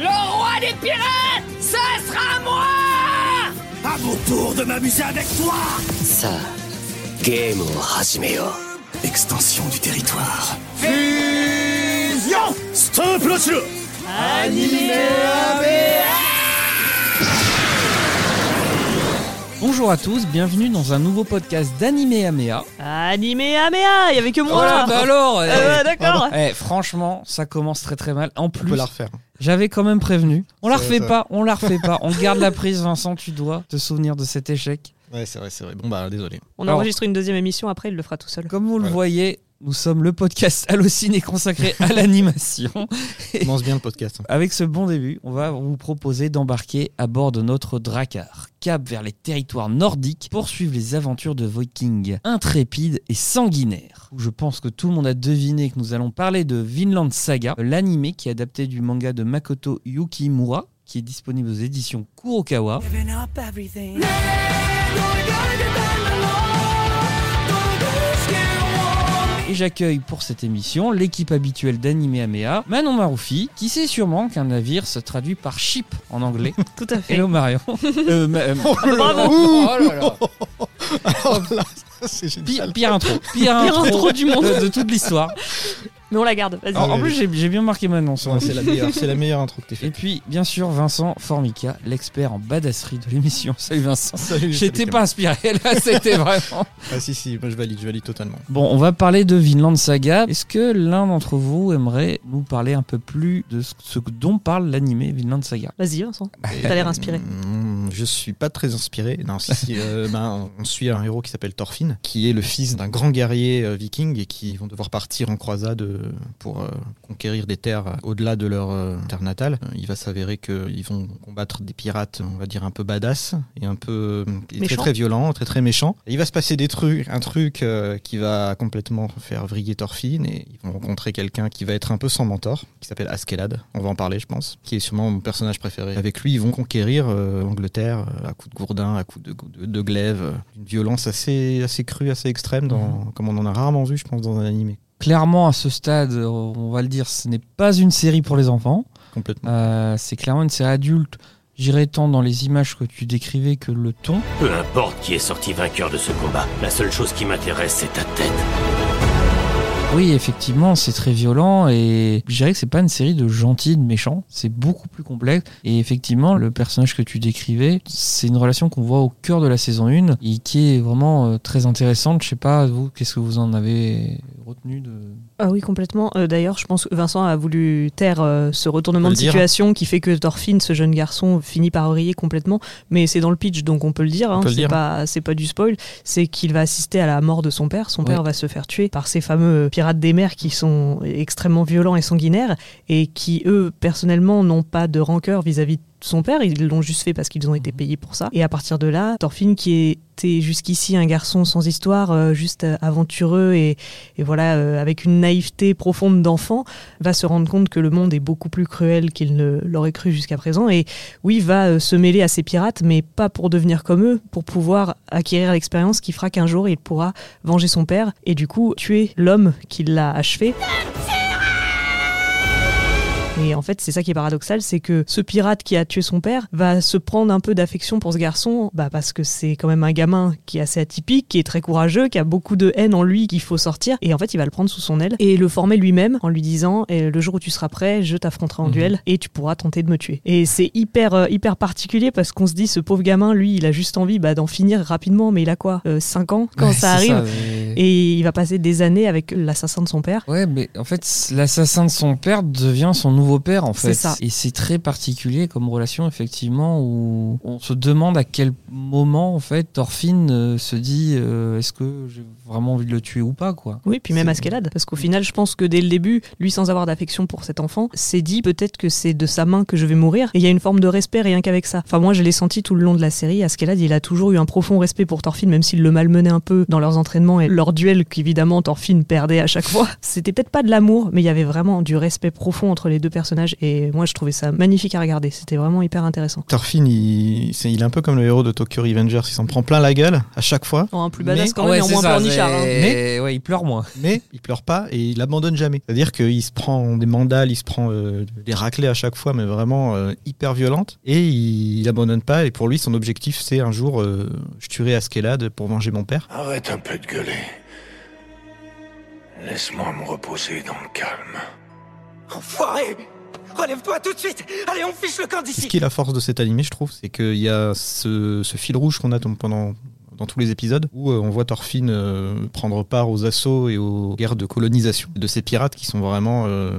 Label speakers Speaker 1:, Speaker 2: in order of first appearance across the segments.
Speaker 1: Le roi des pirates, ça sera moi
Speaker 2: À mon tour de m'amuser avec toi
Speaker 3: さあゲームを始めよう
Speaker 2: Extension du territoire. Fusion Stop le jeu
Speaker 4: Bonjour à tous, bienvenue dans un nouveau podcast d'Anime Amea.
Speaker 1: Animé Améa, il y avait que moi Ah
Speaker 4: Voilà, bah alors eh,
Speaker 1: ouais, d'accord.
Speaker 4: eh, Franchement, ça commence très très mal. En
Speaker 5: On peut
Speaker 4: plus,
Speaker 5: la refaire.
Speaker 4: j'avais quand même prévenu. On la
Speaker 5: C'est
Speaker 4: refait
Speaker 5: ça. euh,
Speaker 4: pas, on la refait pas. On garde la prise, Vincent, tu dois te souvenir de cet échec.
Speaker 5: Ouais, c'est vrai, c'est vrai. Bon, bah, désolé.
Speaker 1: On
Speaker 4: Alors-
Speaker 1: enregistre une deuxième émission, après il le fera tout seul.
Speaker 4: Comme vous le
Speaker 5: Voilà.
Speaker 4: voyez, nous sommes le podcast Allociné consacré à l'animation.
Speaker 5: Commence bien le podcast.
Speaker 4: Avec ce bon début, on va vous proposer d'embarquer à bord de notre Drakkar, cap vers les territoires nordiques, pour suivre les aventures de Viking, intrépide et sanguinaire. Je pense que tout le monde a deviné que nous allons parler de Vinland Saga, l'anime qui est adapté du manga de Makoto Yukimura, qui est disponible aux éditions Kurokawa. Et j'accueille pour cette émission l'équipe habituelle d'Anime Amea, Manon Maroufi, qui sait sûrement qu'un navire se traduit par ship en anglais.
Speaker 1: Tout à fait.
Speaker 4: Hello Marion. Euh, ma- euh,
Speaker 1: Bravo.
Speaker 4: Oh là là.
Speaker 5: c'est
Speaker 4: Pire,
Speaker 5: génial.
Speaker 4: pire intro. Pire,
Speaker 1: intro du monde. Ah
Speaker 4: de, de toute l'histoire.
Speaker 1: Mais on la garde, vas-y.
Speaker 4: En, en
Speaker 5: oui.
Speaker 4: plus, j'ai j'ai bien marqué Manon sur
Speaker 5: Non, C'est la meilleure, c'est la meilleure intro que
Speaker 4: Et
Speaker 5: t'aies fait.
Speaker 4: puis, bien sûr, Vincent Formica, l'expert en badasserie de l'émission. Salut Vincent.
Speaker 5: Salut,
Speaker 4: J'étais
Speaker 5: salut,
Speaker 4: pas inspiré, là, c'était vraiment.
Speaker 5: Clément. Ah si si, moi je valide, je valide totalement.
Speaker 4: Bon, on va parler de Vinland Saga. Est-ce que l'un d'entre vous aimerait nous parler un peu plus de ce- ce dont parle l'animé Vinland Saga
Speaker 1: Vas-y Vincent,
Speaker 5: Et,
Speaker 1: t'as l'air inspiré.
Speaker 5: mm, Je suis pas très inspiré. Non, si, si, euh, ben, on suit un héros qui s'appelle Thorfinn, qui est le fils d'un grand guerrier euh, viking et qui vont devoir partir en croisade euh, pour euh, conquérir des terres euh, au-delà de leur euh, terre natale. Euh, Il va s'avérer qu'ils vont combattre des pirates, on va dire un peu badass et un peu euh, et très
Speaker 1: Méchants.
Speaker 5: très violents, très très méchants. Et il va se passer des trucs, un truc euh, qui va complètement faire vriller Thorfinn et ils vont rencontrer quelqu'un qui va être un peu son mentor, qui s'appelle Askeladd. On va en parler, je pense, qui est sûrement mon personnage préféré. Avec lui, ils vont conquérir euh, l'Angleterre euh, à coups de gourdin, à coups de, de, de glaive, euh, une violence assez assez crue, assez extrême, dans, comme on en a rarement vu, je pense, dans un animé.
Speaker 4: Clairement, à ce stade, euh, on va le dire, ce n'est pas une série pour les enfants.
Speaker 5: Complètement.
Speaker 4: Euh, C'est clairement une série adulte. J'irai tant dans les images que tu décrivais que le ton.
Speaker 3: Peu importe qui est sorti vainqueur de ce combat, la seule chose qui m'intéresse, c'est ta tête.
Speaker 4: Oui, effectivement, c'est très violent et je dirais que c'est pas une série de gentils, de méchants. C'est beaucoup plus complexe. Et effectivement, le personnage que tu décrivais, c'est une relation qu'on voit au cœur de la saison 1 et qui est vraiment euh, très intéressante. Je sais pas, vous, qu'est-ce que vous en avez retenu de.
Speaker 1: Ah oui, complètement. Euh, D'ailleurs, je pense que Vincent a voulu taire euh, ce retournement
Speaker 5: On peut
Speaker 1: de
Speaker 5: le dire.
Speaker 1: situation qui fait que Thorfinn, ce jeune garçon, finit par briller complètement. Mais c'est dans le pitch, donc on peut le dire.
Speaker 5: On
Speaker 1: hein,
Speaker 5: peut le
Speaker 1: c'est
Speaker 5: dire.
Speaker 1: pas, c'est pas du spoil. C'est qu'il va assister à la mort de son père. Son
Speaker 4: Oui.
Speaker 1: père va se faire tuer par ces fameux pirates des mers qui sont extrêmement violents et sanguinaires et qui, eux, personnellement, n'ont pas de rancœur vis-à-vis de son père, ils l'ont juste fait parce qu'ils ont été
Speaker 5: Mhm.
Speaker 1: payés pour ça. Et à partir de là, Thorfinn, qui était jusqu'ici un garçon sans histoire, euh, juste euh, aventureux et, et voilà, euh, avec une naïveté profonde d'enfant, va se rendre compte que le monde est beaucoup plus cruel qu'il ne l'aurait cru jusqu'à présent. Et oui, va euh, se mêler à ces pirates, mais pas pour devenir comme eux, pour pouvoir acquérir l'expérience qui fera qu'un jour il pourra venger son père et du coup tuer l'homme qui l'a achevé. Et en fait, c'est ça qui est paradoxal, c'est que ce pirate qui a tué son père va se prendre un peu d'affection pour ce garçon, bah parce que c'est quand même un gamin qui est assez atypique, qui est très courageux, qui a beaucoup de haine en lui qu'il faut sortir. Et en fait, il va le prendre sous son aile et le former lui-même en lui disant eh, le jour où tu seras prêt, je t'affronterai en
Speaker 4: Mhm.
Speaker 1: duel et tu pourras tenter de me tuer. Et c'est hyper euh, hyper particulier parce qu'on se dit ce pauvre gamin, lui, il a juste envie bah, d'en finir rapidement, mais il a quoi 5 ans quand
Speaker 4: Ouais, c'est
Speaker 1: ça arrive
Speaker 4: mais-
Speaker 1: et il va passer des années avec l'assassin de son père.
Speaker 4: Ouais, mais en fait, c- l'assassin de son père devient son nouveau père, en
Speaker 1: C'est
Speaker 4: fait.
Speaker 1: ça.
Speaker 4: Et c'est très particulier comme relation, effectivement, où on se demande à quel moment, en fait, Thorfinn euh, se dit euh, est-ce que j'ai vraiment envie de le tuer ou pas, quoi.
Speaker 1: Oui, puis même
Speaker 4: C'est-
Speaker 1: Askelad. Parce qu'au final, je pense que dès le début, lui, sans avoir d'affection pour cet enfant, s'est dit peut-être que c'est de sa main que je vais mourir. Et il y a une forme de respect rien qu'avec ça. Enfin, moi, je l'ai senti tout le long de la série. Askelad, il a toujours eu un profond respect pour Thorfinn, même s'il le malmenait un peu dans leurs entraînements et leurs duels qu'évidemment Thorfinn perdait à chaque fois. C'était peut-être pas de l'amour, mais il y avait vraiment du respect profond entre les deux personnage et moi je trouvais ça magnifique à regarder. C'était vraiment hyper intéressant.
Speaker 5: Thorfinn, il, c'est- il est un peu comme le héros de Tokyo Revengers. Il s'en prend plein la gueule à chaque fois,
Speaker 1: En un plus
Speaker 5: Mais-
Speaker 1: badass quand même
Speaker 4: Ouais,
Speaker 1: et en
Speaker 4: c'est
Speaker 1: moins
Speaker 4: ça,
Speaker 1: pornichard. hein.
Speaker 4: c'est-
Speaker 5: Mais-
Speaker 4: ouais, il pleure moins.
Speaker 5: mais il pleure pas et il abandonne jamais. C'est-à-dire qu'il se prend des mandales, il se prend euh, des raclées à chaque fois, mais vraiment euh, hyper violentes. Et il, il abandonne pas. Et pour lui, son objectif, c'est un jour, euh, je tuerai Askeladd pour venger mon père.
Speaker 6: Arrête un peu de gueuler. Laisse-moi me reposer dans le calme.
Speaker 2: Enfoiré Relève-toi tout de suite Allez, on fiche le camp
Speaker 5: C'est ce qui est la force de cet animé, je trouve, c'est qu'il y a ce, ce fil rouge qu'on a tom- pendant dans tous les épisodes où euh, on voit Thorfinn euh, prendre part aux assauts et aux guerres de colonisation de ces pirates qui sont vraiment euh,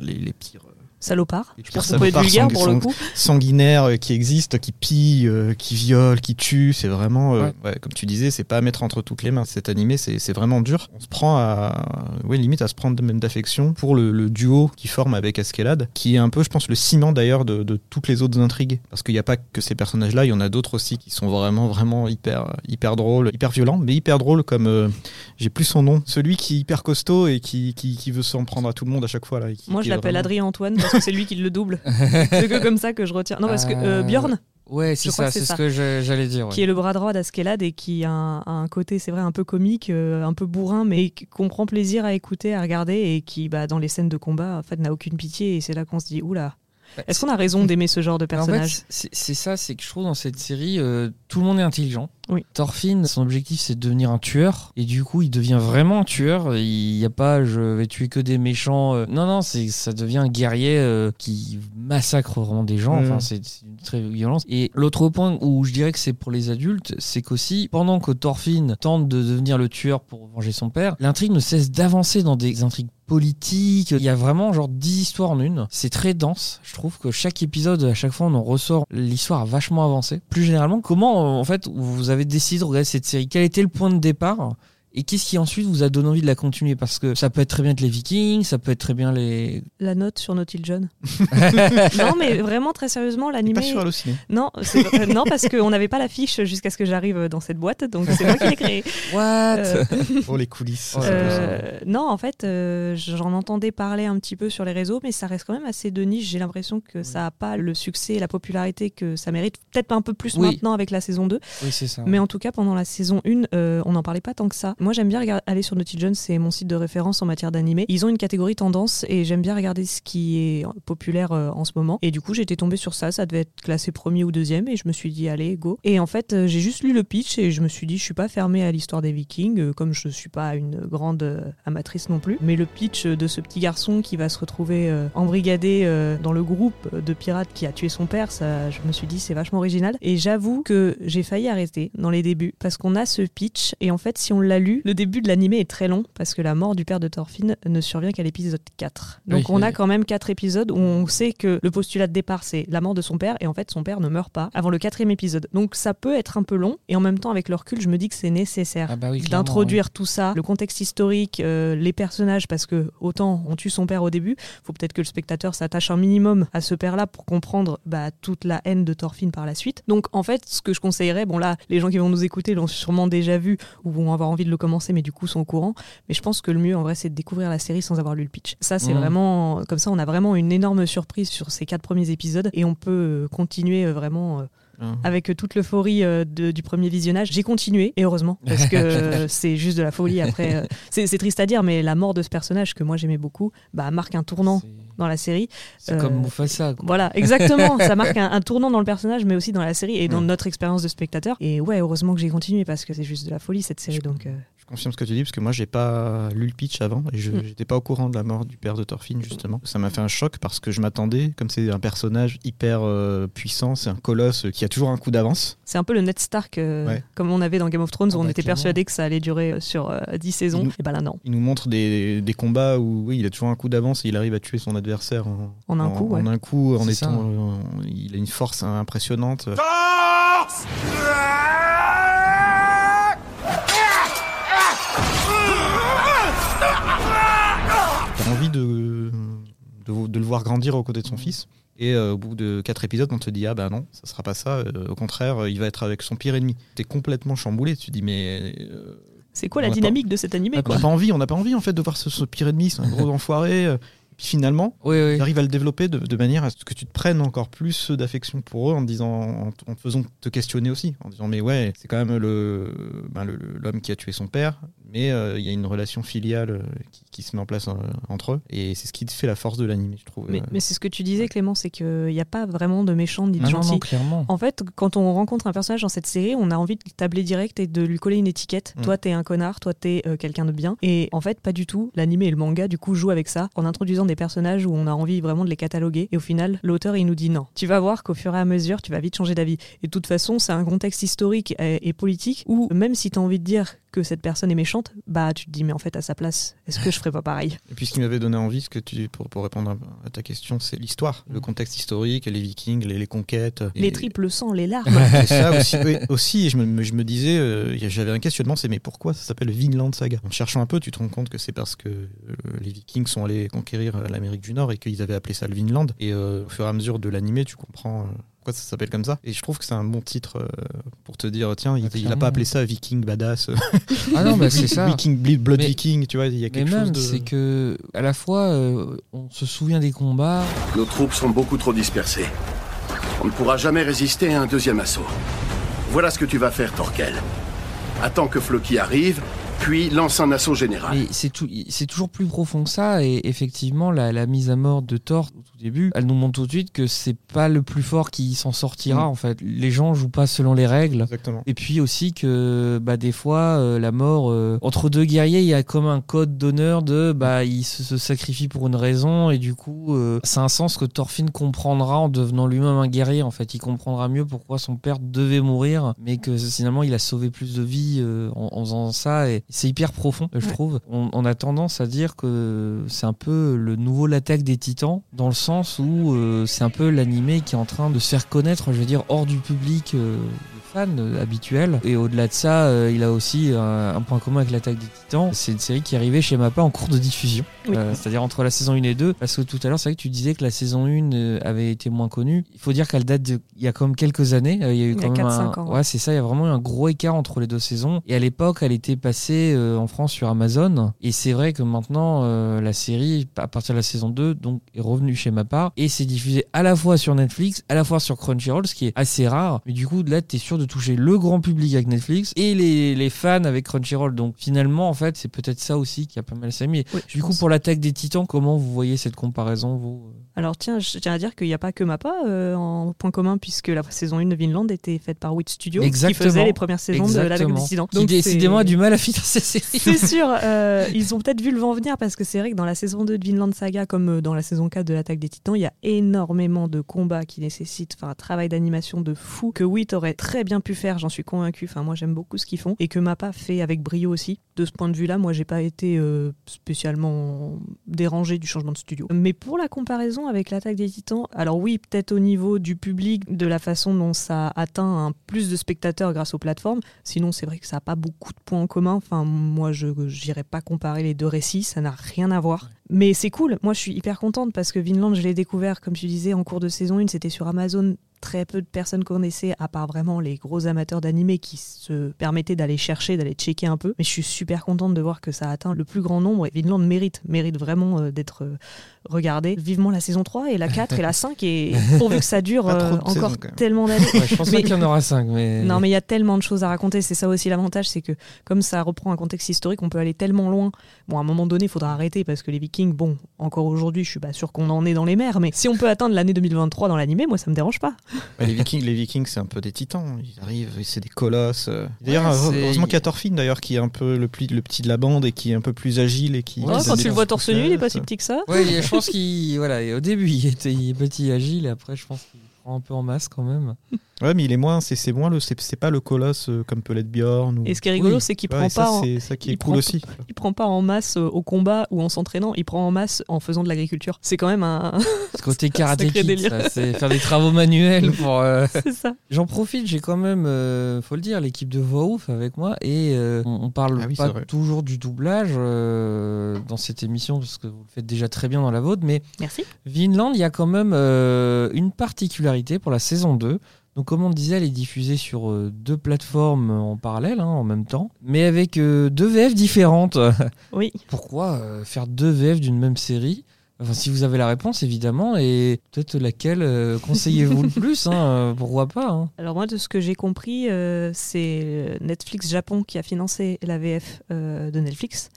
Speaker 5: les, les pires
Speaker 1: Salopard.
Speaker 5: Les
Speaker 1: Je pense
Speaker 5: pires
Speaker 1: qu'on peut être
Speaker 5: salopards
Speaker 1: vulgaire
Speaker 5: sont-
Speaker 1: pour le
Speaker 5: sont-
Speaker 1: coup.
Speaker 5: sanguinaires euh, qui existent, qui pillent, euh, qui violent, qui tuent. C'est vraiment, euh, ouais, comme tu disais, c'est pas à mettre entre toutes les mains. Cet animé, c'est c'est vraiment dur. On se prend à, ouais, limite à se prendre même d'affection pour le, le duo qui forme avec Escalade, qui est un peu, je pense, le ciment d'ailleurs de, de toutes les autres intrigues. Parce qu'il n'y a pas que ces personnages-là, il y en a d'autres aussi qui sont vraiment, vraiment hyper, hyper drôles, hyper violents, mais hyper drôles comme, euh, j'ai plus son nom, celui qui est hyper costaud et qui, qui, qui veut s'en prendre à tout le monde à chaque fois. Là, et qui-
Speaker 1: Moi
Speaker 5: qui
Speaker 1: je
Speaker 5: est
Speaker 1: l'appelle
Speaker 5: vraiment-
Speaker 1: Adrien Antoine parce que c'est lui qui le double. C'est que comme ça que je retire. Non parce que
Speaker 4: Euh,
Speaker 1: euh, Bjorn
Speaker 4: Ouais,
Speaker 1: Je
Speaker 4: c'est
Speaker 1: crois
Speaker 4: ça,
Speaker 1: que c'est
Speaker 4: c'est ce
Speaker 1: ça.
Speaker 4: que je- j'allais dire. ouais.
Speaker 1: qui est le bras droit d'Askelad et qui a un, a un côté, c'est vrai, un peu comique, euh, un peu bourrin, mais qui- qu'on prend plaisir à écouter, à regarder et qui, bah, dans les scènes de combat, en fait, n'a aucune pitié. Et c'est là qu'on se dit, oula,
Speaker 4: Bah,
Speaker 1: est-ce qu'on a raison d'aimer ce genre de
Speaker 4: Mais en fait,
Speaker 1: personnage
Speaker 4: c'est- c'est ça, c'est que je trouve dans cette série, euh, tout le monde est intelligent.
Speaker 1: Oui.
Speaker 4: Thorfinn, son objectif, c'est de devenir un tueur. Et du coup, il devient vraiment un tueur. Il n'y a pas je vais tuer que des méchants. euh, Non, non, c'est- ça devient un guerrier euh, qui massacre vraiment des gens.
Speaker 5: Mhm.
Speaker 4: Enfin, c'est c'est une très violence. Et l'autre point où je dirais que c'est pour les adultes, c'est qu'aussi, pendant que Thorfinn tente de devenir le tueur pour venger son père, l'intrigue ne cesse d'avancer dans des intrigues politiques. Il y a vraiment genre 10 histoires en une. C'est très dense. Je trouve que chaque épisode, à chaque fois, on en ressort. L'histoire a vachement avancé. Plus généralement, comment, euh, en fait, vous avez décidé de regarder cette série Quel était le point de départ et qu'est-ce qui ensuite vous a donné envie de la continuer Parce que ça peut être très bien être les Vikings, ça peut être très bien les.
Speaker 1: La note sur Naughty John Non, mais vraiment, très sérieusement,
Speaker 5: Il est
Speaker 1: l'animé.
Speaker 5: Pas sur Allociné.
Speaker 1: Non, c'est vrai- non, parce qu'on n'avait pas l'affiche jusqu'à ce que j'arrive dans cette boîte, donc c'est moi qui l'ai créée.
Speaker 4: What
Speaker 1: Euh,
Speaker 5: Oh, les coulisses.
Speaker 4: Oh là
Speaker 5: c'est
Speaker 4: là.
Speaker 5: possible.
Speaker 1: Euh, non, en fait, euh, j'en entendais parler un petit peu sur les réseaux, mais ça reste quand même assez de niche. J'ai l'impression que ça n'a pas le succès et la popularité que ça mérite. Peut-être un peu plus
Speaker 4: Oui.
Speaker 1: maintenant avec la saison 2,
Speaker 4: Oui, c'est ça.
Speaker 1: mais en tout cas, pendant la saison 1, euh, on n'en parlait pas tant que ça. Moi, j'aime bien regarder- aller sur Naughty John, c'est mon site de référence en matière d'animé. Ils ont une catégorie tendance et j'aime bien regarder ce qui est populaire euh, en ce moment. Et du coup, j'étais tombée sur ça, ça devait être classé premier ou deuxième, et je me suis dit, allez, go. Et en fait, euh, j'ai juste lu le pitch et je me suis dit, je suis pas fermée à l'histoire des Vikings, euh, comme je suis pas une grande euh, amatrice non plus. Mais le pitch euh, de ce petit garçon qui va se retrouver euh, embrigadé euh, dans le groupe de pirates qui a tué son père, ça, je me suis dit, c'est vachement original. Et j'avoue que j'ai failli arrêter dans les débuts parce qu'on a ce pitch et en fait, si on l'a lu, le début de l'animé est très long parce que la mort du père de Thorfinn ne survient qu'à l'épisode 4. Donc
Speaker 4: Oui,
Speaker 1: on a
Speaker 4: oui.
Speaker 1: quand même quatre épisodes où on sait que le postulat de départ c'est la mort de son père et en fait son père ne meurt pas avant le quatrième épisode. Donc ça peut être un peu long et en même temps avec le recul je me dis que c'est nécessaire
Speaker 4: Ah bah oui, clairement,
Speaker 1: d'introduire tout ça, le contexte historique, euh, les personnages, parce que autant on tue son père au début, faut peut-être que le spectateur s'attache un minimum à ce père-là pour comprendre bah, toute la haine de Thorfinn par la suite. Donc en fait, ce que je conseillerais, bon là, les gens qui vont nous écouter l'ont sûrement déjà vu ou vont avoir envie de le commencer, mais du coup sont au courant. Mais je pense que le mieux en vrai, c'est de découvrir la série sans avoir lu le pitch. Ça, c'est
Speaker 4: Mhm.
Speaker 1: vraiment comme ça, on a vraiment une énorme surprise sur ces quatre premiers épisodes et on peut euh, continuer euh, vraiment. euh,
Speaker 5: Hein.
Speaker 1: avec toute l'euphorie euh, de- du premier visionnage. J'ai continué, et heureusement, parce que euh, c'est juste de la folie après. euh, c'est c'est triste à dire, mais la mort de ce personnage que moi j'aimais beaucoup bah, marque un tournant
Speaker 4: C'est-
Speaker 1: dans la série.
Speaker 4: C'est
Speaker 1: Euh,
Speaker 4: comme Mufasa. quoi.
Speaker 1: Voilà, exactement. ça marque un, un tournant dans le personnage, mais aussi dans la série et dans
Speaker 4: Mm.
Speaker 1: notre expérience de spectateur. Et ouais, heureusement que j'ai continué, parce que c'est juste de la folie cette série. Donc, euh,
Speaker 5: Je confirme ce que tu dis parce que moi j'ai pas lu le pitch avant et je
Speaker 1: Mm.
Speaker 5: n'étais pas au courant de la mort du père de Thorfinn justement. Ça m'a fait un choc parce que je m'attendais, comme c'est un personnage hyper euh, puissant, c'est un colosse euh, qui a toujours un coup d'avance.
Speaker 1: c'est un peu le Ned Stark, euh,
Speaker 5: Ouais.
Speaker 1: comme on avait dans Game of Thrones,
Speaker 4: Ah
Speaker 1: où on
Speaker 4: bah,
Speaker 1: était
Speaker 4: clairement. Mm.
Speaker 1: persuadé que ça allait durer euh, sur euh, 10 saisons.
Speaker 5: Il nous-
Speaker 1: Et ben là, non,
Speaker 5: Il nous montre des, des combats où oui, il a toujours un coup d'avance et il arrive à tuer son adversaire en,
Speaker 1: en un coup, ouais.
Speaker 5: en un coup, en
Speaker 4: C'est
Speaker 5: étant,
Speaker 4: ça.
Speaker 5: euh, en- il a une force hein, impressionnante.
Speaker 2: Force
Speaker 5: T'as envie de, de, de le voir grandir aux côtés de son fils. Et euh, au bout de quatre épisodes, on te dit Ah ben non, ça sera pas ça. Euh, au contraire, euh, il va être avec son pire ennemi. T'es complètement chamboulé. Tu dis Mais euh,
Speaker 1: C'est quoi la
Speaker 5: on a pas-
Speaker 4: Ah
Speaker 1: dynamique de cet animé
Speaker 5: on
Speaker 1: quoi
Speaker 5: n'a pas envie, on n'a pas envie en fait de voir ce, ce pire ennemi. C'est un gros enfoiré. euh, Puis finalement,
Speaker 4: Oui, oui.
Speaker 5: ils arrivent à le développer de, de manière à ce que tu te prennes encore plus d'affection pour eux en te disant, en, te- en te faisant te questionner aussi, en disant mais ouais, c'est quand même le ben, le- le- l'homme qui a tué son père, mais euh, il y a une relation filiale euh, qui, qui se met en place euh, entre eux, et c'est ce qui te fait la force de l'anime, je
Speaker 4: bah,
Speaker 5: trouve.
Speaker 1: Mais,
Speaker 5: Euh,
Speaker 1: mais c'est ce que tu disais, Clément, c'est qu'il n'y a pas vraiment de méchant ni de
Speaker 4: Non, non,
Speaker 1: gentil.
Speaker 4: non, clairement.
Speaker 1: En fait, quand on rencontre un personnage dans cette série, on a envie de le tabler direct et de lui coller une étiquette.
Speaker 5: Mm.
Speaker 1: Toi, t'es un connard, toi, t'es euh, quelqu'un de bien. Et en fait, pas du tout. L'anime et le manga, du coup, jouent avec ça en introduisant des personnages où on a envie vraiment de les cataloguer. Et au final, l'auteur, il nous dit non. Tu vas voir qu'au fur et à mesure, tu vas vite changer d'avis. Et de toute façon, c'est un contexte historique et, et politique où même si t'as envie de dire que cette personne est méchante, bah, tu te dis, mais en fait, à sa place, est-ce que je ferais pas pareil
Speaker 5: Et puis ce qui m'avait donné envie, ce que tu, pour, pour répondre à- à ta question, c'est l'histoire, le contexte historique, les Vikings, les, les conquêtes,
Speaker 1: Mm. Les
Speaker 5: et-
Speaker 1: triples sangs, les larmes.
Speaker 5: C'est ça aussi. oui, aussi, je me, je me disais, euh, j'avais un questionnement, c'est mais pourquoi ça s'appelle Vinland Saga En cherchant un peu, tu te rends compte que c'est parce que euh, les Vikings sont allés conquérir euh, l'Amérique du Nord et qu'ils avaient appelé ça le Vinland. Et euh, au fur et à mesure de l'animé, tu comprends. euh, pourquoi ça s'appelle comme ça Et je trouve que c'est un bon titre euh, pour te dire tiens, il-
Speaker 4: Ah,
Speaker 5: il n'a
Speaker 4: clairement.
Speaker 5: pas appelé ça Viking Badass,
Speaker 4: Ah non, mais c'est ça.
Speaker 5: Viking Blood Blood
Speaker 4: Mais-
Speaker 5: Viking, tu vois, il y a
Speaker 4: Mais
Speaker 5: quelque
Speaker 4: même,
Speaker 5: chose de.
Speaker 4: c'est que à la fois, euh, on se souvient des combats.
Speaker 6: Nos troupes sont beaucoup trop dispersées. On ne pourra jamais résister à un deuxième assaut. Voilà ce que tu vas faire, Torquel. Attends que Floki arrive, puis lance un assaut général.
Speaker 4: Mais c'est tout- c'est toujours plus profond que ça. Et effectivement, la, la mise à mort de Thor au tout début, elle nous montre tout de suite que c'est pas le plus fort qui s'en sortira.
Speaker 5: Mm.
Speaker 4: En fait, les gens jouent pas selon les règles.
Speaker 5: Exactement.
Speaker 4: Et puis aussi que bah, des fois, euh, la mort, euh, entre deux guerriers, il y a comme un code d'honneur de bah, ils se, se sacrifient pour une raison, et du coup, euh, c'est un sens que Thorfinn comprendra en devenant lui-même un guerrier. En fait, il comprendra mieux pourquoi son père devait mourir, mais que finalement, il a sauvé plus de vies euh, en, en faisant ça. Et c'est hyper profond, je
Speaker 1: Ouais.
Speaker 4: trouve. On, on a tendance à dire que c'est un peu le nouveau l'attaque des titans, dans le sens où euh, c'est un peu l'animé qui est en train de se faire connaître, je veux dire, hors du public. euh, fan euh, habituel. Et au-delà de ça, euh, il a aussi euh, un point commun avec l'attaque des titans. C'est une série qui est arrivée chez Mappa en cours de diffusion.
Speaker 1: Oui.
Speaker 4: Euh, C'est-à-dire entre la saison 1 et 2. Parce que tout à l'heure, c'est vrai que tu disais que la saison 1 euh, avait été moins connue. Il faut dire qu'elle date de- il y a comme quelques années. Euh, il y a eu
Speaker 1: Il y a
Speaker 4: quand même
Speaker 1: quatre,
Speaker 4: un...
Speaker 1: cinq ans,
Speaker 4: Ouais, c'est ça. Il y a vraiment eu un gros écart entre les deux saisons. Et à l'époque, elle était passée euh, en France sur Amazon. Et c'est vrai que maintenant, euh, la série, à partir de la saison 2, donc, est revenue chez Mappa. Et c'est diffusé à la fois sur Netflix, à la fois sur Crunchyroll, ce qui est assez rare. Mais du coup, là, t'es sûr de toucher le grand public avec Netflix et les, les fans avec Crunchyroll. Donc finalement, en fait, c'est peut-être ça aussi qui a pas mal s'amis.
Speaker 1: Oui, je
Speaker 4: Du coup,
Speaker 1: pense.
Speaker 4: pour l'attaque des titans, comment vous voyez cette comparaison, vous
Speaker 1: Alors tiens, je tiens à dire qu'il n'y a pas que Mappa euh, en point commun, puisque la saison 1 de Vinland était faite par Wit Studio,
Speaker 4: Exactement.
Speaker 1: qui faisait les premières saisons de l'Attaque
Speaker 4: Exactement.
Speaker 1: des Dissidents.
Speaker 4: Qui
Speaker 1: Donc,
Speaker 4: décidément
Speaker 1: c'est-
Speaker 4: a du mal à finir ses séries.
Speaker 1: C'est sûr, euh, ils ont peut-être vu le vent venir, parce que c'est vrai que dans la saison 2 de Vinland Saga, comme euh, dans la saison 4 de l'Attaque des Titans, il y a énormément de combats qui nécessitent enfin, un travail d'animation de fou, que Wit aurait très bien pu faire, j'en suis convaincu, enfin moi j'aime beaucoup ce qu'ils font, et que Mappa fait avec brio aussi. De ce point de vue-là, moi j'ai pas été euh, spécialement dérangé du changement de studio. Mais pour la comparaison avec l'attaque des titans, alors oui, peut-être au niveau du public, de la façon dont ça atteint un plus de spectateurs grâce aux plateformes, sinon c'est vrai que ça n'a pas beaucoup de points en commun. Enfin, moi je n'irai pas comparer les deux récits, ça n'a rien à voir. Mais c'est cool, moi je suis hyper contente parce que Vinland, je l'ai découvert, comme tu disais, en cours de saison 1, c'était sur Amazon. Très peu de personnes connaissaient, à part vraiment les gros amateurs d'animé qui se permettaient d'aller chercher, d'aller checker un peu. Mais je suis super contente de voir que ça a atteint le plus grand nombre et Vinland mérite, mérite vraiment euh, d'être euh, regardé. Vivement la saison 3 et la 4 et la 5 et pourvu que ça dure
Speaker 5: Pas trop
Speaker 1: euh,
Speaker 5: de saisons,
Speaker 1: encore
Speaker 5: quand même.
Speaker 1: tellement d'années.
Speaker 4: Ouais, je pense pas
Speaker 1: Mais-
Speaker 4: qu'il y en aura 5, mais.
Speaker 1: Non, mais il y a tellement de choses à raconter. C'est ça aussi l'avantage, c'est que comme ça reprend un contexte historique, on peut aller tellement loin. Bon, à un moment donné, il faudra arrêter parce que les Vikings, bon, encore aujourd'hui, je suis pas sûr qu'on en est dans les mers, mais si on peut atteindre l'année 2023 dans l'animé, moi, ça me dérange pas.
Speaker 5: Bah, les Vikings, les Vikings c'est un peu des titans. Ils arrivent, et c'est des colosses. euh. D'ailleurs,
Speaker 4: Ouais,
Speaker 5: heure-
Speaker 4: c'est-
Speaker 5: heureusement qu'il y a Thorfinn, d'ailleurs, qui est un peu le, pli- le petit de la bande et qui est un peu plus agile et qui.
Speaker 1: Oh,
Speaker 4: Ouais, quand
Speaker 5: qui se
Speaker 4: tu le
Speaker 5: déplace
Speaker 4: vois
Speaker 5: tout seul, ça.
Speaker 1: petit que ça.
Speaker 4: Ouais, je pense qu'il. Voilà, et au début, il était il est petit et agile, et après, je pense qu'il prend un peu en masse quand même.
Speaker 5: Ouais, mais il est moins, c'est c'est moins le, c'est c'est pas le colosse euh, comme peut l'être Bjorn. Ou...
Speaker 1: Et ce qui est rigolo,
Speaker 4: Oui.
Speaker 1: c'est qu'il
Speaker 5: Ouais,
Speaker 1: prend
Speaker 5: et ça,
Speaker 1: pas, en,
Speaker 5: c'est ça qui est
Speaker 1: il
Speaker 5: cool
Speaker 1: prend-
Speaker 5: aussi.
Speaker 1: il prend pas en masse euh, au combat ou en s'entraînant. Il prend en masse en faisant de l'agriculture. C'est quand même un,
Speaker 4: Ce côté karaté
Speaker 1: Sacré
Speaker 4: kid,
Speaker 1: délire.
Speaker 4: ça, c'est faire des travaux manuels pour. euh,
Speaker 1: c'est ça.
Speaker 4: J'en profite, j'ai quand même, euh, faut le dire, l'équipe de voix off avec moi et euh, on, on parle
Speaker 5: Ah oui,
Speaker 4: pas
Speaker 5: c'est vrai.
Speaker 4: toujours du doublage euh, dans cette émission parce que vous le faites déjà très bien dans la vôtre, mais
Speaker 1: Merci.
Speaker 4: Vinland, il y a quand même euh, une particularité pour la saison 2. Donc, comme on le disait, elle est diffusée sur euh, deux plateformes en parallèle, hein, en même temps, mais avec euh, deux VF différentes.
Speaker 1: Oui.
Speaker 4: Pourquoi euh, faire deux VF d'une même série Enfin, si vous avez la réponse, évidemment, et peut-être laquelle euh, conseillez-vous le plus, hein, euh, pourquoi pas hein.
Speaker 1: Alors moi, de ce que j'ai compris, euh, c'est Netflix Japon qui a financé la VF euh, de Netflix.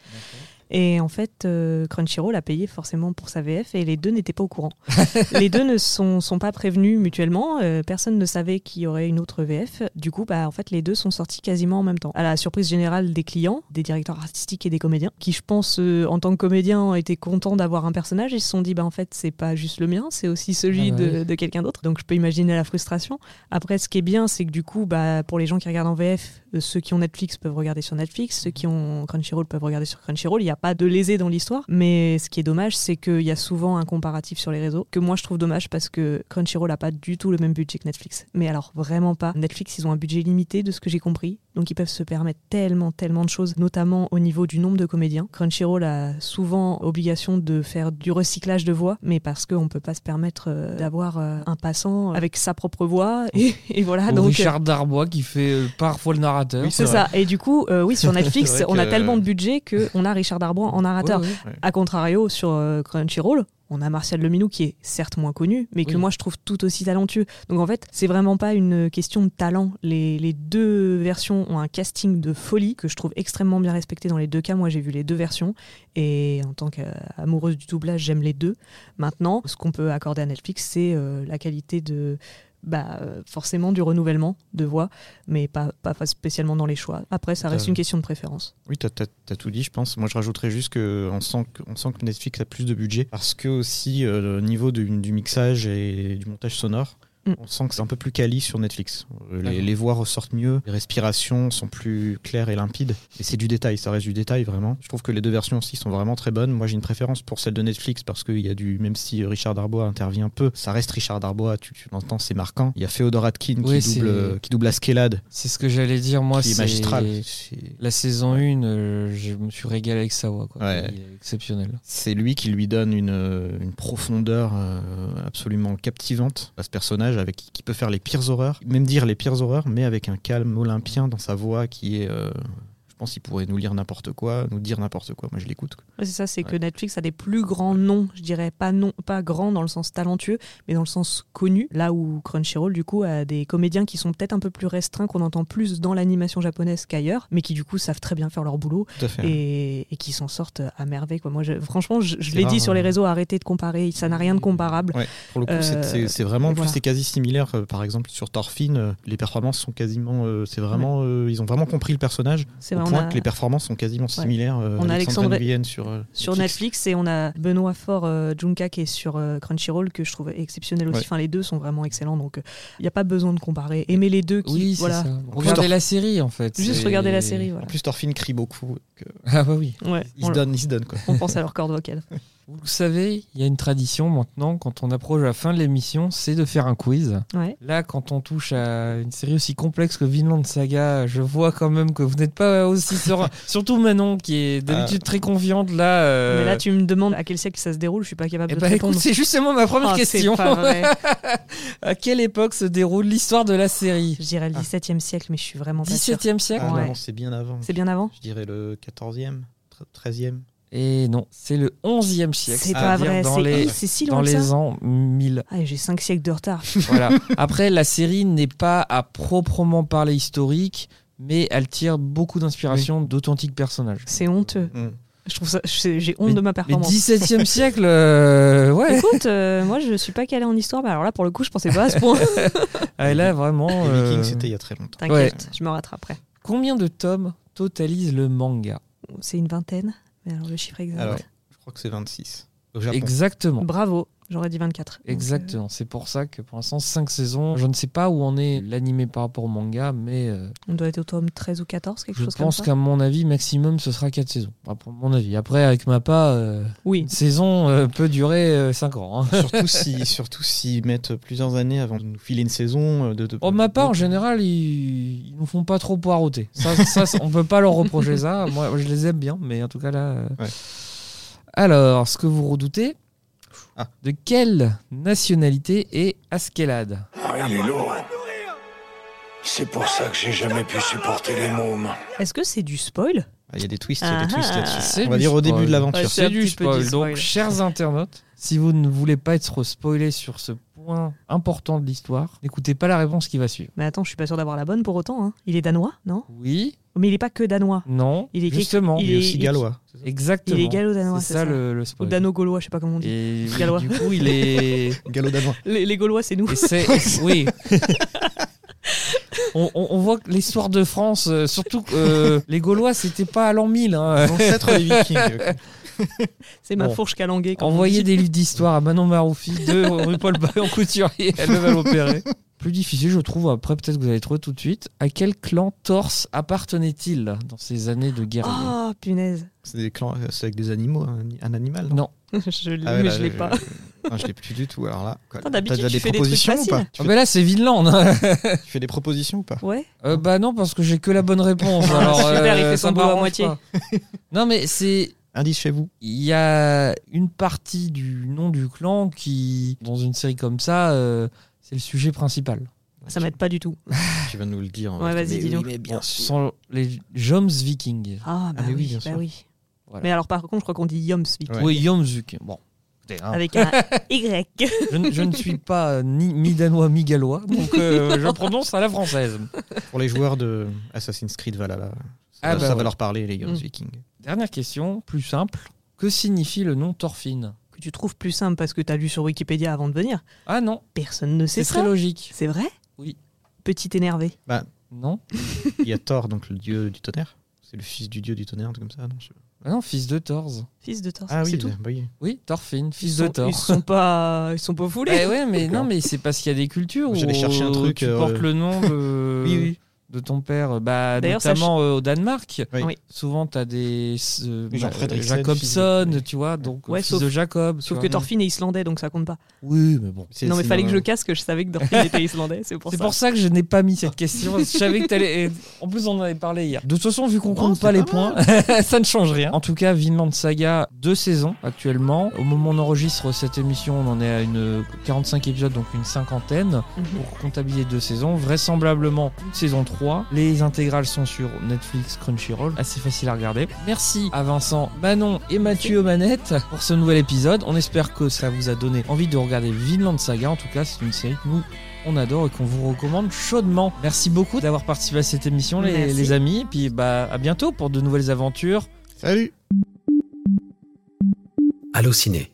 Speaker 1: Et en fait, euh, Crunchyroll a payé forcément pour sa VF et les deux n'étaient pas au courant. les deux ne sont, sont pas prévenus mutuellement. euh, personne ne savait qu'il y aurait une autre VF. Du coup, bah, en fait, les deux sont sortis quasiment en même temps. À la surprise générale des clients, des directeurs artistiques et des comédiens, qui, je pense, euh, en tant que comédiens, ont été contents d'avoir un personnage et se sont dit, bah, en fait, c'est pas juste le mien, c'est aussi celui
Speaker 4: Ah bah
Speaker 1: de, de quelqu'un d'autre. Donc, je peux imaginer la frustration. Après, ce qui est bien, c'est que du coup, bah, pour les gens qui regardent en VF, euh, ceux qui ont Netflix peuvent regarder sur Netflix, ceux qui ont Crunchyroll peuvent regarder sur Crunchyroll. Il n'y a pas de lésé dans l'histoire. Mais ce qui est dommage, c'est qu'il y a souvent un comparatif sur les réseaux, que moi je trouve dommage parce que Crunchyroll n'a pas du tout le même budget que Netflix. Mais alors, vraiment pas. Netflix, ils ont un budget limité de ce que j'ai compris. Donc, ils peuvent se permettre tellement, tellement de choses, notamment au niveau du nombre de comédiens. Crunchyroll a souvent obligation de faire du recyclage de voix, mais parce qu'on ne peut pas se permettre euh, d'avoir euh, un passant avec sa propre voix. Et, et voilà,
Speaker 4: Ou
Speaker 1: donc. euh,
Speaker 4: Richard Darbois qui fait euh, parfois le narrateur.
Speaker 5: Oui,
Speaker 1: c'est ça. Et du coup, euh, oui, sur Netflix,
Speaker 5: C'est vrai
Speaker 1: on a
Speaker 5: que-
Speaker 1: tellement de budget qu'on a Richard Darbois en
Speaker 4: Ouais,
Speaker 1: narrateur.
Speaker 4: ouais.
Speaker 1: A contrario, sur euh, Crunchyroll, on a Martial Leminou qui est certes moins connu, mais que
Speaker 4: Oui.
Speaker 1: moi je trouve tout aussi talentueux. Donc en fait, c'est vraiment pas une question de talent. Les, les deux versions ont un casting de folie que je trouve extrêmement bien respecté dans les deux cas. Moi j'ai vu les deux versions et en tant qu'amoureuse du doublage, j'aime les deux. Maintenant, ce qu'on peut accorder à Netflix, c'est euh, la qualité de. Bah, euh, forcément du renouvellement de voix, mais pas, pas pas spécialement dans les choix. Après, ça reste
Speaker 5: Totalement.
Speaker 1: une question de préférence.
Speaker 5: Oui, t'as t'as- t'as tout dit, je pense. Moi, je rajouterais juste qu'on sent, que- on sent que Netflix a plus de budget parce que aussi euh, le niveau du, du mixage et du montage sonore,
Speaker 1: Mm.
Speaker 5: on sent que c'est un peu plus quali sur Netflix. Euh, Les,
Speaker 4: D'accord.
Speaker 5: les voix ressortent mieux, les respirations sont plus claires et limpides. Et c'est du détail, ça reste du détail vraiment. Je trouve que les deux versions aussi sont vraiment très bonnes. Moi, j'ai une préférence pour celle de Netflix parce qu'il y a du, même si Richard Darbois intervient peu, ça reste Richard Darbois. Tu, tu l'entends, c'est marquant. Il y a Féodor Atkin
Speaker 4: Oui,
Speaker 5: qui
Speaker 4: c'est-
Speaker 5: double, euh, qui double Askeladd,
Speaker 4: C'est ce que j'allais dire, moi.
Speaker 5: qui est
Speaker 4: c'est
Speaker 5: magistral. C'est-
Speaker 4: La saison 1, euh, je me suis régalé avec sa voix. Quoi.
Speaker 5: Ouais.
Speaker 4: Il est exceptionnel.
Speaker 5: C'est lui qui lui donne une, euh, une profondeur euh, absolument captivante à ce personnage avec qui, qui peut faire les pires horreurs, même dire les pires horreurs, mais avec un calme olympien dans sa voix qui est. euh, je pense qu'il pourrait nous lire n'importe quoi, nous dire n'importe quoi. Moi, je l'écoute. quoi.
Speaker 1: Ouais, c'est ça, c'est que
Speaker 5: Ouais.
Speaker 1: Netflix a des plus grands noms, je dirais pas non, pas grands dans le sens talentueux, mais dans le sens connu. Là où Crunchyroll du coup a des comédiens qui sont peut-être un peu plus restreints, qu'on entend plus dans l'animation japonaise qu'ailleurs, mais qui du coup savent très bien faire leur boulot
Speaker 5: Tout à fait.
Speaker 1: et, et qui s'en sortent à merveille. Quoi. Moi, je- franchement, je, je
Speaker 5: C'est
Speaker 1: l'ai dit
Speaker 5: rare,
Speaker 1: sur les
Speaker 5: hein.
Speaker 1: réseaux, arrêtez de comparer, ça n'a rien de comparable.
Speaker 5: Pour le coup, c'est-
Speaker 1: euh,
Speaker 5: c'est c'est vraiment en
Speaker 1: voilà.
Speaker 5: plus c'est quasi similaire. Euh, Par exemple, sur Thorfinn, euh, les performances sont quasiment. euh, c'est vraiment. euh, ils ont vraiment compris le personnage
Speaker 1: C'est
Speaker 5: au
Speaker 1: vrai, on
Speaker 5: point
Speaker 1: a-
Speaker 5: que les performances sont quasiment similaires. euh,
Speaker 1: On a Alexandre-
Speaker 5: Nguyen sur euh,
Speaker 1: sur Netflix et on a Benoît Fort euh, Junka qui est sur euh, Crunchyroll que je trouve exceptionnel aussi.
Speaker 5: Ouais.
Speaker 1: Enfin, les deux sont vraiment excellents, donc il n'y a pas besoin de comparer. Aimez les deux, qui,
Speaker 4: Oui, c'est
Speaker 1: voilà.
Speaker 4: ça. Regardez
Speaker 5: Thor-
Speaker 4: la série, en fait.
Speaker 1: Juste
Speaker 4: c'est-
Speaker 1: regarder la série,
Speaker 5: En
Speaker 1: voilà.
Speaker 5: plus, Thorfinn crie beaucoup. donc, euh,
Speaker 4: Ah, bah oui.
Speaker 1: Ouais,
Speaker 5: il,
Speaker 1: on-
Speaker 5: se donne, il se donne, quoi.
Speaker 1: On pense à leur corde vocale.
Speaker 4: Vous le savez, il y a une tradition maintenant, quand on approche la fin de l'émission, c'est de faire un quiz.
Speaker 1: Ouais.
Speaker 4: Là, quand on touche à une série aussi complexe que Vinland Saga, je vois quand même que vous n'êtes pas aussi serein. Surtout Manon, qui est d'habitude très confiante, là. euh,
Speaker 1: Mais là, tu me demandes à quel siècle ça se déroule, je suis pas capable
Speaker 4: Eh
Speaker 1: de te
Speaker 4: ben,
Speaker 1: répondre.
Speaker 4: écoute, c'est justement ma première
Speaker 1: Ah, c'est
Speaker 4: question.
Speaker 1: pas vrai.
Speaker 4: à quelle époque se déroule l'histoire de la série
Speaker 1: Je dirais le 17e siècle, mais je suis vraiment pas sûre.
Speaker 4: 17e siècle
Speaker 5: Ah
Speaker 1: Ouais.
Speaker 5: non, c'est bien avant.
Speaker 1: C'est bien avant
Speaker 5: Je dirais le 14e, 13e.
Speaker 4: Et non, c'est le 11e siècle.
Speaker 1: C'est pas
Speaker 4: c'est-à-dire
Speaker 1: vrai,
Speaker 4: Dans
Speaker 1: c'est
Speaker 4: les,
Speaker 1: c'est si
Speaker 4: dans
Speaker 1: loin que ça
Speaker 4: les ans 1000.
Speaker 1: Ah, j'ai 5 siècles de retard.
Speaker 4: Voilà. Après, la série n'est pas à proprement parler historique, mais elle tire beaucoup d'inspiration d'authentiques personnages.
Speaker 1: C'est honteux.
Speaker 5: Mm.
Speaker 1: Je trouve ça, j'ai j'ai honte de ma
Speaker 4: Mais
Speaker 1: performance.
Speaker 4: 17e siècle, euh, ouais.
Speaker 1: Écoute, euh, moi je suis pas calée en histoire, mais alors là pour le coup je pensais pas à ce point.
Speaker 4: Ah, et là, vraiment.
Speaker 5: Les
Speaker 4: euh,
Speaker 5: Vikings, c'était il y a très longtemps.
Speaker 1: T'inquiète, je me rattraperai.
Speaker 4: Combien de tomes totalise le manga
Speaker 1: C'est une vingtaine, mais alors le chiffre exact.
Speaker 5: Alors, je crois que c'est 26. Au Japon.
Speaker 4: Exactement.
Speaker 1: Bravo, j'aurais dit 24. Donc, euh,
Speaker 4: Exactement, c'est pour ça que pour l'instant 5 saisons, je ne sais pas où en est l'animé par rapport au manga, mais euh,
Speaker 1: on doit être au tome 13 ou 14, quelque
Speaker 4: je
Speaker 1: chose comme
Speaker 4: pense
Speaker 1: ça.
Speaker 4: qu'à mon avis maximum ce sera 4 saisons. Enfin, pour mon avis. Après avec Mappa, euh,
Speaker 1: Oui,
Speaker 4: une saison euh, peut durer 5 ans. hein.
Speaker 5: surtout si, surtout s'ils mettent plusieurs années avant de nous filer une saison. euh, De, de-
Speaker 4: Oh, Mappa en général ils, ils nous font pas trop poireauter. Ça, ça, ça, on peut pas leur reprocher ça. Moi je les aime bien, mais en tout cas là. euh.
Speaker 5: Ouais.
Speaker 4: Alors ce que vous redoutez,
Speaker 5: Ah.
Speaker 4: de quelle nationalité est Askeladd
Speaker 7: Ah, il est lourd. C'est pour ça que j'ai jamais pu supporter les mômes.
Speaker 1: Est-ce que c'est du spoil
Speaker 5: Ah, Il y a des twists, il y a des
Speaker 1: Ah,
Speaker 5: twists
Speaker 1: ah.
Speaker 5: là-dessus.
Speaker 4: C'est
Speaker 5: On va
Speaker 4: du
Speaker 5: dire au
Speaker 4: spoil.
Speaker 5: début de l'aventure.
Speaker 1: Ouais,
Speaker 4: C'est
Speaker 1: un
Speaker 4: du
Speaker 1: petit peu
Speaker 4: spoil.
Speaker 1: du
Speaker 4: Donc,
Speaker 1: spoil.
Speaker 4: chers internautes, Si vous ne voulez pas être spoilé sur ce point important de l'histoire, n'écoutez pas la réponse qui va suivre.
Speaker 1: Mais attends, je suis pas sûr d'avoir la bonne pour autant. hein. Il est danois, non
Speaker 4: Oui,
Speaker 1: Mais il est pas que danois.
Speaker 4: non,
Speaker 1: Il est quelque-
Speaker 4: justement.
Speaker 1: il
Speaker 5: Il est aussi
Speaker 1: il-
Speaker 5: gallois.
Speaker 4: Exactement.
Speaker 1: il est gallo-danois,
Speaker 4: C'est
Speaker 1: c'est
Speaker 4: ça,
Speaker 1: ça
Speaker 4: le, le spoil.
Speaker 1: Ou dano-gaulois, je sais pas comment on dit.
Speaker 4: Et oui,
Speaker 1: Gallois.
Speaker 4: du coup, il est.
Speaker 5: Gallo-danois.
Speaker 1: Les, les gaulois, c'est nous.
Speaker 4: Et c'est. Oui. On, on- on voit que l'histoire de France, euh, surtout que, euh, les Gaulois, c'était pas à l'an 1000. hein.
Speaker 5: L'ancêtre des Vikings. ok.
Speaker 1: C'est ma
Speaker 4: Bon.
Speaker 1: fourche calanguée. comme on
Speaker 4: Envoyez
Speaker 1: dit.
Speaker 4: des livres d'histoire à Manon Maroufi, de rue Paul Bayon Couturier, à Leval Opéré. Plus difficile, je trouve. Après, peut-être que vous allez trouver tout de suite. À quel clan torse appartenait-il dans ces années de guerriers
Speaker 1: Oh punaise,
Speaker 5: C'est des clans, euh, c'est avec des animaux, un, un animal.
Speaker 4: Non.
Speaker 1: je l'ai,
Speaker 5: Ah ouais,
Speaker 1: mais
Speaker 5: là,
Speaker 1: je l'ai pas.
Speaker 5: Non, je l'ai plus du tout. Alors là, quoi,
Speaker 1: Attends,
Speaker 5: t'as
Speaker 1: d'habitude,
Speaker 5: déjà
Speaker 1: tu
Speaker 5: des
Speaker 1: fais des
Speaker 5: propositions
Speaker 1: trucs
Speaker 5: ou pas
Speaker 1: faciles.
Speaker 5: tu
Speaker 4: Ah
Speaker 5: fais,
Speaker 4: ben là, c'est Vinland. hein.
Speaker 5: tu fais des propositions ou pas
Speaker 1: Ouais.
Speaker 4: Euh, bah non, parce que j'ai que la bonne réponse.
Speaker 1: Ah,
Speaker 4: Alors,
Speaker 1: super,
Speaker 4: euh,
Speaker 1: il fait
Speaker 4: ça
Speaker 1: son boulot à
Speaker 4: m'arrange
Speaker 1: moitié.
Speaker 4: pas. non, mais c'est
Speaker 5: Indice chez vous.
Speaker 4: il y a une partie du nom du clan qui, dans une série comme ça, euh, c'est le sujet principal.
Speaker 1: Ça m'aide pas du tout.
Speaker 5: Tu vas nous le dire.
Speaker 1: Ouais, vas-y, dis donc.
Speaker 4: Ce sont les Joms Vikings.
Speaker 1: Ah, bah
Speaker 5: mais oui,
Speaker 1: oui,
Speaker 5: bien
Speaker 1: bah
Speaker 5: sûr.
Speaker 1: oui.
Speaker 4: Voilà.
Speaker 1: Mais alors, par contre, je crois qu'on dit Yomsvik.
Speaker 5: Ouais.
Speaker 4: Oui, Jomsvik. Bon. écoutez, hein,
Speaker 1: Avec un Y.
Speaker 4: je, ne- je ne suis pas euh, ni mi-danois, mi-gallois, donc euh, je prononce à la française.
Speaker 5: Pour les joueurs de Assassin's Creed Valhalla, ça,
Speaker 4: Ah bah
Speaker 5: ça
Speaker 4: ouais.
Speaker 5: va leur parler, les gars,
Speaker 1: Mm.
Speaker 5: des Vikings.
Speaker 4: Dernière question, plus simple. Que signifie le nom Thorfinn
Speaker 1: Que tu trouves plus simple parce que t'as lu sur Wikipédia avant de venir.
Speaker 4: Ah non,
Speaker 1: Personne ne sait
Speaker 4: c'est
Speaker 1: ça.
Speaker 4: très logique.
Speaker 1: C'est vrai
Speaker 4: Oui.
Speaker 1: Petit énervé.
Speaker 4: Non
Speaker 5: Il y a Thor, donc le dieu du tonnerre. C'est le fils du dieu du tonnerre, un truc comme ça. Non, je sais pas.
Speaker 4: Ah non, fils de Thor's.
Speaker 1: Fils de Thor.
Speaker 5: Ah oui,
Speaker 1: c'est tout.
Speaker 5: bah oui.
Speaker 4: Oui, Thorfinn, fils
Speaker 1: Ils
Speaker 4: de
Speaker 1: sont-
Speaker 4: Thor.
Speaker 1: Ils sont pas, ils sont pas foulés.
Speaker 4: Eh ouais, mais non, mais c'est parce qu'il y a des cultures où
Speaker 5: J'allais chercher un truc,
Speaker 4: tu
Speaker 5: euh,
Speaker 4: portes le nom de,
Speaker 5: Oui, oui.
Speaker 4: de ton père, bah,
Speaker 1: D'ailleurs, ça
Speaker 4: notamment euh, au Danemark.
Speaker 5: Oui.
Speaker 1: Oui.
Speaker 4: Souvent, t'as des euh,
Speaker 5: Oui, genre
Speaker 4: bah,
Speaker 5: Fredriksen,
Speaker 4: Jacobson,
Speaker 5: fils de-
Speaker 4: tu vois, donc
Speaker 1: Ouais,
Speaker 4: fils
Speaker 1: sauf-
Speaker 4: de Jacob.
Speaker 1: Sauf
Speaker 4: tu
Speaker 1: que
Speaker 4: vois.
Speaker 1: Thorfinn est islandais, donc ça compte pas.
Speaker 4: Oui, mais bon.
Speaker 5: C'est-
Speaker 1: Non, mais
Speaker 5: c'est
Speaker 1: fallait
Speaker 5: dans-
Speaker 1: que je casse que je savais que Thorfinn était islandais. C'est pour
Speaker 4: C'est
Speaker 1: ça.
Speaker 4: pour ça que je n'ai pas mis cette question. Je savais que t'allais. et En plus, on en avait parlé hier. De toute façon, vu qu'on
Speaker 5: Non,
Speaker 4: compte
Speaker 5: c'est
Speaker 4: pas les
Speaker 5: pas
Speaker 4: points,
Speaker 5: mal.
Speaker 4: ça ne change rien. En tout cas, Vinland Saga, deux saisons actuellement. Au moment où on enregistre cette émission, on en est à une 45 épisodes, donc une cinquantaine.
Speaker 1: Mhm.
Speaker 4: pour comptabiliser deux saisons, vraisemblablement une saison 3. Les intégrales sont sur Netflix, Crunchyroll, assez facile à regarder. Merci à Vincent, Manon et Mathieu Manette pour ce nouvel épisode. On espère que ça vous a donné envie de regarder Vinland Saga. En tout cas, c'est une série que nous on adore et qu'on vous recommande chaudement. Merci beaucoup d'avoir participé à cette émission, les,
Speaker 1: Merci.
Speaker 4: les amis. Et puis bah à bientôt pour de nouvelles aventures.
Speaker 5: Salut
Speaker 3: Allociné,